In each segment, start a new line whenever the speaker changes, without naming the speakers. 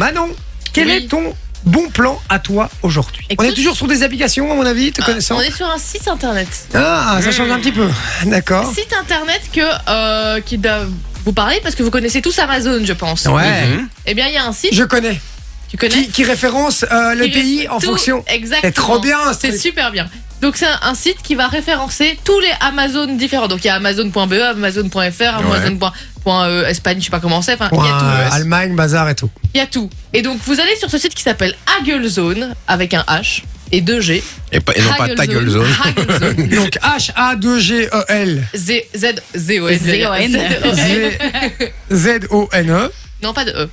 Manon, quel
Oui.
est ton bon plan à toi aujourd'hui On
Écoute- Ah,
est toujours sur des applications, à mon avis, te connaissant.
On est sur un site internet.
Ah, ça
Hmm.
change un petit peu. D'accord.
Site internet que, euh, qui doit vous parler parce que vous connaissez tous Amazon, je pense.
Ouais.
Mhm.
Eh bien, il y a un site,
Je connais.
tu connais
Qui, qui référence euh, le
Qui
pays
réfé-
en
tout,
fonction.
Exactement.
C'est trop bien. ce
C'est
truc.
super bien. Donc c'est un, un site qui va référencer tous les Amazon différents. Donc il y a Amazon.be, Amazon.fr, Amazon.espagne, je sais pas comment c'est. Enfin, il y a
Ouais,
tout.
Allemagne, bazar et tout.
Il y a tout. Et donc vous allez sur ce site qui s'appelle Hagelzone avec un H et 2 G.
Et, pas- et non pas ta gueule zone.
Hagelzone.
Donc E H-A-2-G-E-L
Z Z Z O N.
Z-O-N.
Z- Z-O-N-E.
Non pas de E.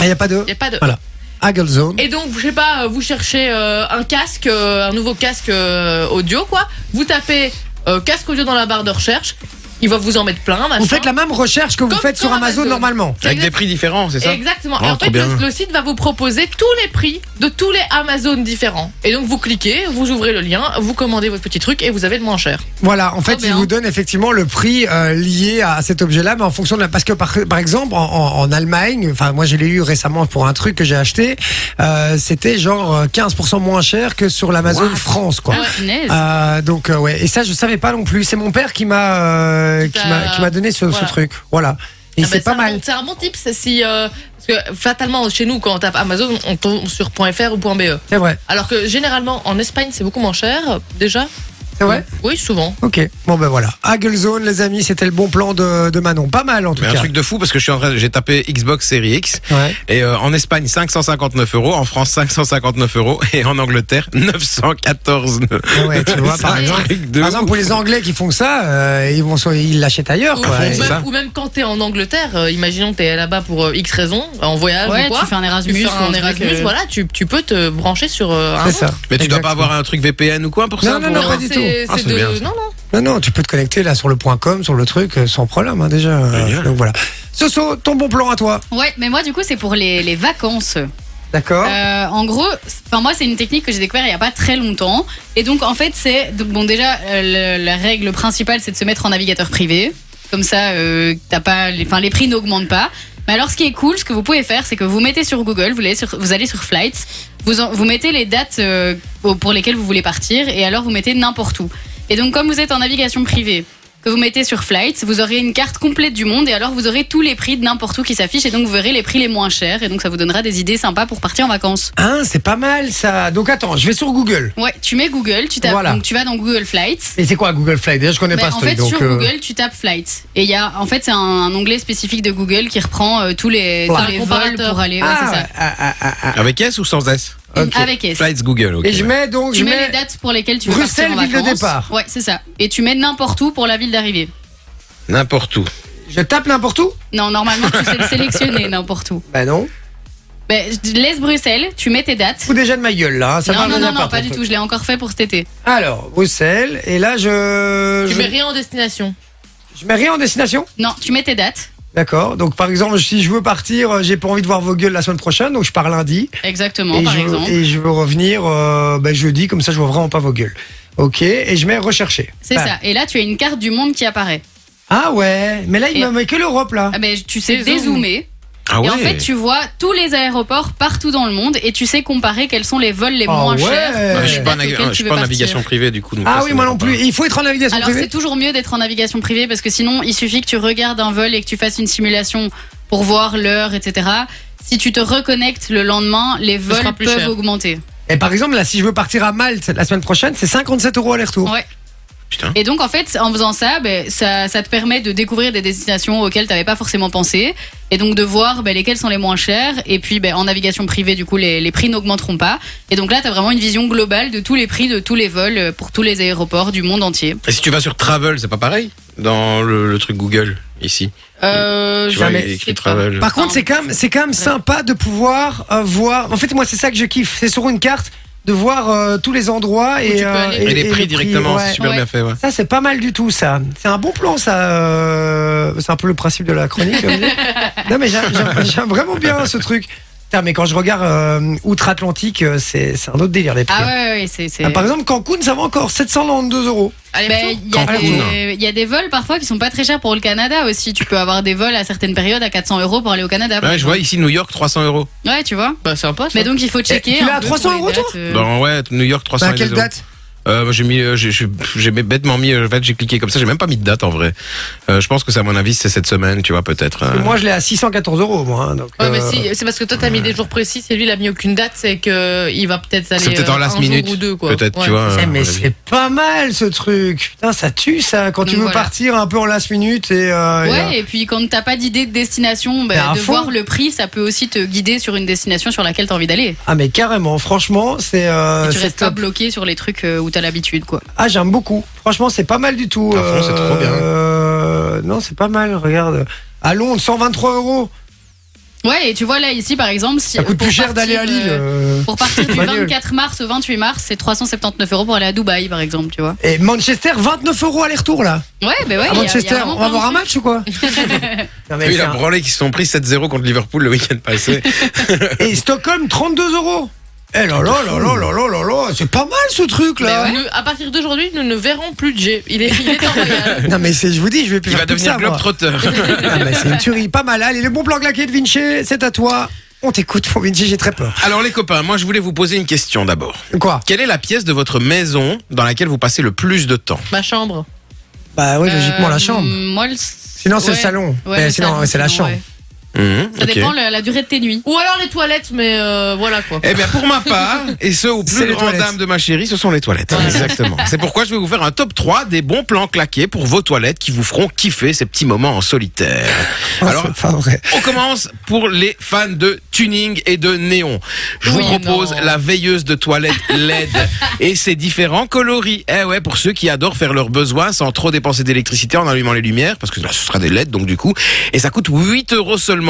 Il n'y a pas de.
Il y a pas de. E.
Voilà. Hagelzone.
Et donc, je sais pas, euh, vous cherchez euh, un casque, euh, un nouveau casque euh, audio, quoi. Vous tapez euh, casque audio dans la barre de recherche. Il va vous en mettre plein, machin.
Vous faites la même recherche que vous
Comme
faites sur
sur
Amazon,
Amazon.
normalement.
Avec des prix différents, c'est ça
Exactement.
Ouais,
et en fait,
trop bien.
le, le site va vous proposer tous les prix de tous les Amazon différents. Et donc, vous cliquez, vous ouvrez le lien, vous commandez votre petit truc et vous avez le moins cher.
Voilà, en fait,
Trop
ils
bien.
vous donnent effectivement le prix euh, lié à cet objet-là, mais en fonction de la. Parce que par, par exemple, en, en- en Allemagne, enfin, moi, je l'ai eu récemment pour un truc que j'ai acheté, euh, c'était genre euh, 15% moins cher que sur l'Amazon France, quoi.
Ah, punaise.
Euh, donc euh, ouais et ça je savais pas non plus c'est mon père qui m'a euh, qui
Qui
m'a
t'a-
qui m'a donné ce, ce
Voilà.
truc voilà et
Ah bah,
c'est pas
un
mal
bon- C'est un bon tip, c'est si. euh, parce que fatalement, chez nous, quand on tape Amazon, on tombe sur .fr ou .be.
c'est vrai
Alors que généralement, en Espagne, c'est beaucoup moins cher, euh, déjà.
c'est vrai
Mm. Oui, souvent.
ok bon ben voilà Hagelzone les amis c'était le bon plan de, de Manon pas mal en tout
Mais un
cas
truc de fou parce que je suis en train, j'ai tapé Xbox Series X
ouais.
et euh, en Espagne 559 euros, en France 559 euros et en Angleterre 914.
Ah ouais, tu vois,
C'est
par
un
exemple.
truc de
Par
ouf.
exemple, pour les Anglais qui font ça, euh, ils vont, so- ils l'achètent ailleurs.
Ou,
Quoi.
fond,
Et-
ou
Ah, bah, c'est
même,
ça.
ou même quand t'es en Angleterre, euh, imaginons que t'es là-bas pour euh, X raison, en voyage
Ouais,
ou quoi.
tu fais un Erasmus.
tu fais
ou un
un
truc,
Erasmus,
euh,
voilà, tu, tu peux te brancher sur euh, un
C'est
autre.
ça.
Mais tu dois pas
Exactement.
avoir un truc VPN ou quoi pour
Non,
ça
non,
pour-
non,
Non,
pas du
c'est-
tout.
c'est
Ah, c'est
de-
bien, ça.
Non, non.
Non, non, tu peux te connecter là sur le point .com, sur le truc, euh, sans problème hein, déjà. Euh,
Génial.
donc voilà. Soso, ton bon plan à toi.
Ouais, mais moi, du coup, c'est pour les, les vacances.
D'accord.
Euh, en gros, c'est- enfin moi c'est une technique que j'ai découvert il y a pas très longtemps et donc en fait c'est donc, bon déjà euh, le- la règle principale c'est de se mettre en navigateur privé comme ça euh, t'as pas les, enfin les prix n'augmentent pas. Mais alors ce qui est cool, ce que vous pouvez faire c'est que vous mettez sur Google, vous allez sur, vous allez sur Flights, vous en- vous mettez les dates euh, pour lesquelles vous voulez partir et alors vous mettez n'importe où. Et donc comme vous êtes en navigation privée que vous mettez sur Flights, vous aurez une carte complète du monde et alors vous aurez tous les prix de n'importe où qui s'affichent et donc vous verrez les prix les moins chers et donc ça vous donnera des idées sympas pour partir en vacances.
Hein, c'est pas mal ça. Donc attends, je vais sur Google.
Ouais, tu mets Google, tu tapes,
Voilà.
donc tu vas dans Google Flights.
Et c'est quoi Google Flight Déjà, je connais
Mais
pas ce
en
truc.
fait,
donc,
sur
euh,
Google, tu tapes Flights. Et il y a, en fait, c'est un, un onglet spécifique de Google qui reprend euh, tous les,
Ouais.
tous les
Un
vols
comparateur.
pour aller. ouais,
ah,
c'est ça.
ouais, ah, ah, ah,
Avec S ou sans S
ah, ok.
Avec S.
Flights Google, ok.
Et je mets donc,
Tu
je
mets,
mets.
les dates pour lesquelles tu veux
Bruxelles,
partir en
ville de
vacances.
départ.
Ouais, c'est ça. Et tu mets n'importe où pour la ville d'arrivée.
N'importe où.
Je tape n'importe où
Non, normalement, tu sais le sélectionner n'importe où.
Bah non.
Mais je- laisse Bruxelles, tu mets tes dates.
Fous déjà de ma gueule là. hein, Ça
non,
parle
non,
de
non, non,
n'importe
pas
quoi.
du tout. Je l'ai encore fait pour cet été.
Alors, Bruxelles, et là je.
Tu
je-
mets rien en destination.
je mets rien en destination
Non, tu mets tes dates.
D'accord. Donc par exemple, si je veux partir, euh, j'ai pas envie de voir vos gueules la semaine prochaine, donc je pars lundi
Exactement,
et,
par
je,
exemple.
et je veux revenir euh, ben, jeudi, comme ça je vois vraiment pas vos gueules. Ok. Et je mets rechercher.
C'est
Bam.
ça. Et là, tu as une carte du monde qui apparaît.
Ah ouais. Mais là il
Et-
me met que l'Europe là.
Ah ben, tu sais
Dézoom.
dézoomer.
Ah
Et en fait, tu vois tous les aéroports partout dans le monde et tu sais comparer quels sont les vols les
Ah
moins
ouais.
chers.
Ouais,
euh,
je suis pas, en,
date auquel
je
tu
suis
veux
pas en
partir.
navigation privée du coup. donc
Ah
ça,
oui,
ça
moi
me
non
parle
plus. Il faut être en navigation
Alors, c'est
privée.
toujours mieux d'être en navigation privée parce que sinon, il suffit que tu regardes un vol et que tu fasses une simulation pour voir l'heure, etc. Si tu te reconnectes le lendemain, les
sera
vols
plus
peuvent
cher.
augmenter.
Et par exemple là, si je veux partir à Malte la semaine prochaine, c'est 57 euros aller-retour.
Ouais.
Putain.
Et donc, en fait, en faisant ça, ben, ça, ça te permet de découvrir des destinations auxquelles tu n'avais pas forcément pensé. Et donc, de voir ben, lesquelles sont les moins chères. Et puis, ben, en navigation privée, du coup, les, les prix n'augmenteront pas. Et donc là, tu as vraiment une vision globale de tous les prix de tous les vols euh, pour tous les aéroports du monde entier.
Et si tu vas sur Travel, c'est pas pareil dans le, le truc Google ici.
Euh,
Tu vois,
jamais.
il est écrit
sais pas.
Travel.
Par contre, c'est quand même, c'est quand même sympa de pouvoir euh, voir. En fait, moi, c'est ça que je kiffe. C'est sur une carte de voir euh, tous tous les endroits et,
tu peux
euh,
aller.
Et les prix directement,
ouais.
c'est super
Ouais.
bien fait. Ouais.
Ça, c'est pas mal du tout, ça. C'est un bon plan, ça. euh, C'est un peu le principe de la chronique. comme dit. non, mais j'aime- j'aime j'aime vraiment bien ce truc. Putain, mais quand je regarde euh, Outre-Atlantique, euh, c'est c'est un autre délire, les prix.
Ah ouais, ouais, ouais, c'est. c'est-
Ah, par exemple, Cancun, ça va encore, 792 euros.
Allez,
Ben,
retour.
il y a
Cancun,
des-
hein.
il y a des vols parfois qui sont pas très chers pour le Canada aussi. Tu peux avoir des vols à certaines périodes à 400 euros pour aller au Canada. par
Ah,
Ouais, je vois ici New York 300 euros.
exemple. Ouais, tu vois.
Bah, sympa. Ça.
Mais donc il faut checker.
tu l'as
un
à
peu
300
pour les
euros, toi
dates, euh,
Dans, Ben ouais, New York
Bah,
300
à quelle
euros.
date
Euh, moi, j'ai mis, euh, j'ai- j'ai j'ai bêtement mis, euh, en fait, j'ai cliqué comme ça, j'ai même pas mis de date en vrai. Euh, je pense que ça, à mon avis, c'est cette semaine, tu vois, peut-être.
Parce
euh.
que Moi, je l'ai à 614 euros, moi. hein, donc,
Ouais, mais
euh,
si, c'est parce que toi t'as mis des jours précis, c'est lui il a mis aucune date, c'est que il va peut-être aller
C'est peut-être en
euh,
last
un jour
minute.
ou deux quoi.
Peut-être,
Ouais.
tu vois.
Eh,
euh, à mon
mais
avis.
c'est pas mal ce truc. Putain, ça tue ça. Quand
Donc
tu veux
voilà.
partir un peu en last minute et. euh, et, euh,
Ouais, et puis quand t'as pas d'idée de destination,
Mais
bah,
à
de
fond.
voir le prix, ça peut aussi te guider sur une destination sur laquelle t'as envie d'aller.
Ah, mais carrément, franchement, c'est. euh,
Et tu
c'est
restes pas
top.
bloqué sur les trucs euh, où t'as l'habitude, quoi.
Ah, j'aime beaucoup. Franchement, c'est pas mal du tout.
À fond, Ah, c'est trop bien.
euh, non, c'est pas mal, regarde. À Londres, 123 euros.
Ouais, et tu vois là ici par exemple, si
Ça coûte
pour
plus cher
partir,
d'aller à Lille.
euh,
euh.
Pour partir du
Manuel.
24 mars au 28 mars, c'est 379 euros pour aller à Dubaï, par exemple, tu vois.
Et Manchester, 29 euros aller-retour là.
Ouais, bah ouais.
à
y a- y a
Manchester,
vraiment
on va
plein
voir
de
un match ou quoi Non, mais
Oui,
c'est
la
un-
branlée qui se sont pris 7-0 contre Liverpool le week-end passé.
Et Stockholm, 32 euros. Eh là là là là là là là là, c'est pas mal ce truc
Mais
là.
Ben
ouais. Nous, à partir d'aujourd'hui, nous ne verrons plus Jay. Il est, il est en
euh,
voyage.
Non mais c'est, je vous dis, je vais plus
Il va
faire plus
devenir
ça, moi.
globe-trotteur.
Ah, mais c'est une tuerie, pas mal. Allez, le bon plan claqué de Vinci, c'est à toi. On t'écoute, mon Vinci, j'ai très peur.
Alors, les copains, moi, je voulais vous poser une question d'abord.
Quoi
Quelle est la pièce de votre maison dans laquelle vous passez le plus de temps
Ma chambre.
Bah oui,
trucs.
logiquement la
Euh,
chambre.
Moi, le...
Sinon c'est
ouais.
le salon.
Ouais,
Mais
le
sinon
salon,
c'est la
sinon,
chambre.
ouais.
Mhm,
Ça
ok.
dépend la, la durée de tes nuits.
Ou alors les toilettes, mais euh, voilà quoi.
Eh bien, pour ma part, et ce au
C'est les
plus grand
toilettes.
dame de ma chérie, ce sont les toilettes.
Voilà.
Exactement. C'est pourquoi je vais vous faire un top 3 des bons plans claqués pour vos toilettes qui vous feront kiffer ces petits moments en solitaire.
Oh,
Alors,
c'est pas vrai.
on commence pour les fans de tuning et de néon. Je vous
Oui,
propose
non.
la veilleuse de toilette LED et ses différents coloris. Eh ouais, pour ceux qui adorent faire leurs besoins sans trop dépenser d'électricité en allumant les lumières, parce que là, ce sera des LED, donc du coup. Et ça coûte 8 euros seulement.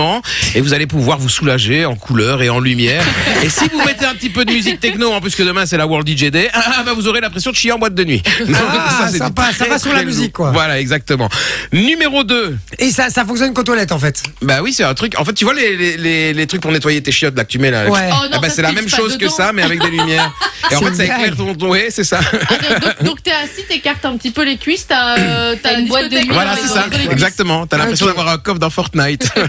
Et vous allez pouvoir vous soulager en couleur et en lumière. Et si vous mettez un petit peu de musique techno, en plus que demain c'est la World DJ Day, ah, bah, vous aurez l'impression de chier en boîte de nuit.
Ah,
c'est
sympa,
du
ça
très,
va sur la
très
musique,
lourd.
quoi.
Voilà, exactement. Numéro 2.
Et ça, ça fonctionne qu'aux toilettes en fait.
Bah oui, c'est un truc. En fait, tu vois les, les, les, les trucs pour nettoyer tes chiottes là que tu mets là.
Ouais.
Oh
Ah
non,
bah
ça
c'est la
glisse
même
pas
chose que
dedans.
ça, mais avec des lumières. Et en
C'est
fait, ça
une
éclaire ton ton. Ouais, c'est ça.
Attends, donc donc t'es assis, t'écartes un petit peu les cuisses, t'as euh, t'as
T'as une boîte de
discothèque
nuit
dans
Voilà,
les- dans
c'est ça.
les- dans les cuisses.
Exactement. T'as l'impression
Ok.
d'avoir un coffre dans Fortnite.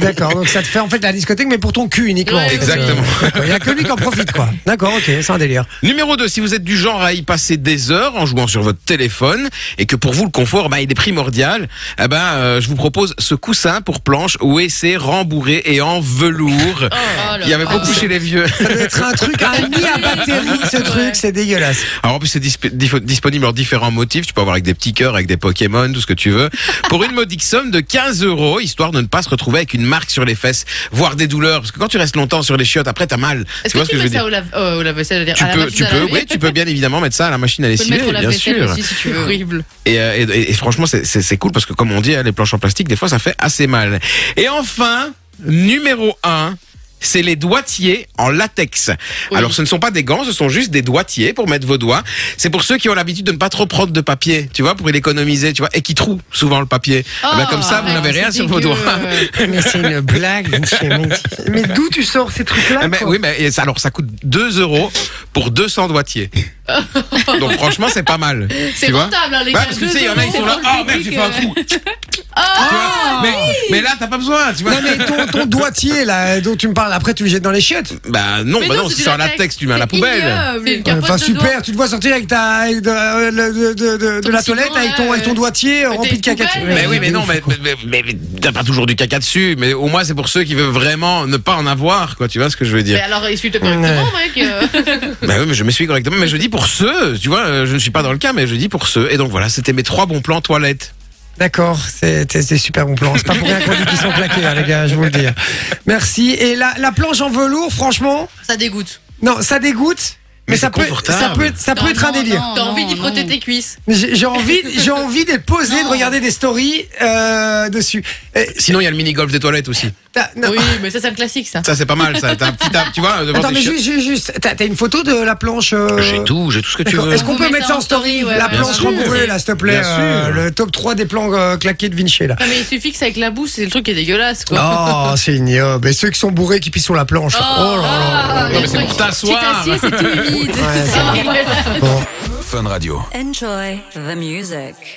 D'accord, donc ça te fait en fait la discothèque, mais pour ton cul uniquement.
Ouais,
en fait. Euh,
exactement.
D'accord, Il y a que lui qui en profite quoi. D'accord, ok, c'est un délire.
Numéro 2, si vous êtes du genre à y passer des heures en jouant sur votre téléphone et que pour vous le confort bah, il est primordial, eh ben euh, je vous propose ce coussin pour planche WC rembourré et en velours.
Oh, oh là
Il y avait
là.
beaucoup chez les vieux.
Ça doit être un truc, un nid à batterie, ce truc, c'est dégueulasse.
Alors en plus c'est disp- dif- disponible en différents motifs. Tu peux avoir avec des petits cœurs, avec des Pokémon, tout ce que tu veux. Pour une modique somme de 15 euros, histoire de ne pas se retrouver avec une marque sur les fesses, voire des douleurs. Parce que quand tu restes longtemps sur les chiottes, après t'as mal.
Est-ce que, tu mets ça au lave- euh, au lave-vaisselle
Tu
à la
peux,
machine
tu
à
peux,
laver
oui, tu peux bien évidemment mettre ça à la machine à
Tu peux
lessiver,
le mettre au
bien
lave-vaisselle
sûr.
aussi si tu veux.
Horrible.
Et, euh, et, et- et franchement, c'est- c'est c'est cool parce que comme on dit, hein, les planches en plastique, des fois, ça fait assez mal. Et enfin, numéro 1. C'est les doigtiers en latex.
Oui.
Alors ce ne sont pas des gants, ce sont juste des doigtiers pour mettre vos doigts. C'est pour ceux qui ont l'habitude de ne pas trop prendre de papier, tu vois, pour l'économiser, tu vois, et qui trouent souvent le papier. Eh ben, comme ça, vous
Ah,
n'avez
c'est
rien sur vos
dégueu.
doigts.
euh,
Mais c'est une blague, mais, d'où tu sors ces trucs-là
Eh ben,
quoi
oui, mais et ça- alors ça coûte 2 euros pour 200 doigtiers. Donc franchement, c'est pas mal.
C'est
tu vois
rentable, hein, les
Ouais,
gars.
parce que tu sais, il y en a, ils
Deux
sont
euros
là.
pour le
Oh merde, j'ai
public,
fait un
euh,
trou. Tu vois mais, mais là, t'as pas besoin, tu vois.
Non mais ton, ton doigtier là dont tu me parles après tu le jettes dans les chiottes.
Bah non,
Mais
bah
non,
non,
c'est
si
du
c'est en
latex,
latex, tu mets à la
C'est
poubelle.
ignoble.
C'est une
Ouais,
capote
Euh, Enfin
de
super,
doigts.
tu te vois sortir avec ta avec de, euh, le- de, de- de- de
Ton
la
petit
toilette
gant,
avec ton
là,
avec ton
euh,
doigtier rempli de
t'es
caca.
poubelle.
Mais oui, mais
de
non,
ouf,
mais,
quoi.
mais, mais- mais t'as pas toujours du caca dessus, mais au moins c'est pour ceux qui veulent vraiment ne pas en avoir, quoi, tu vois ce que je veux
Mais
dire.
alors, essuie-toi correctement, mec. euh.
Bah oui, mais je me suis correctement, mais je dis pour ceux, tu vois, euh, je ne suis pas dans le cas, mais je dis pour ceux. Et donc voilà, c'était mes trois bons plans toilettes.
D'accord, c'est c'est- c'est super bon plan. C'est pas pour rien qu'on dit qu'ils sont claqués hein, les gars, je vous le dis. Merci. Et la, la planche en velours, franchement,
Ça dégoûte.
non, ça dégoûte. Mais,
Mais
ça
c'est
peut,
confortable.
ça peut, être- ça
Non,
peut être un
non,
délire.
non.
T'as
Oh,
envie d'y
non.
frotter tes cuisses.
J'ai j'ai envie, j'ai envie d'être posé, de
Non.
regarder des stories euh, dessus. Et-
Sinon, il y a le mini-golf des toilettes aussi.
T'as- non.
Oui, mais ça, c'est le classique, ça.
Ça, c'est pas mal, ça. T'as un petit table, tu vois, devant
Attends,
tes
mais
chiottes.
juste, juste, juste, t'as t'as une photo de la planche. euh,
J'ai tout, j'ai tout ce que tu
D'accord.
veux.
Est-ce qu'on
Vous
peut
mettez
mettre ça en story,
ouais,
La
ouais,
planche
ouais.
rembourrée, là, s'il te plaît.
Bien
euh,
sûr.
Le top 3 des plans euh, claqués de Vinci, là.
Non, mais il suffit que ça éclabousse, c'est le truc qui est dégueulasse, quoi.
Oh, c'est ignoble. Et ceux qui sont bourrés qui pissent sur la planche. Oh, là là.
ah,
Non,
le
mais c'est
truc-
pour
Tu
t'asseoir.
t'assieds, c'est tout vide. Ah.
Ouais, c'est
C'est horrible.
Bon.
Fun Radio.
Enjoy the music.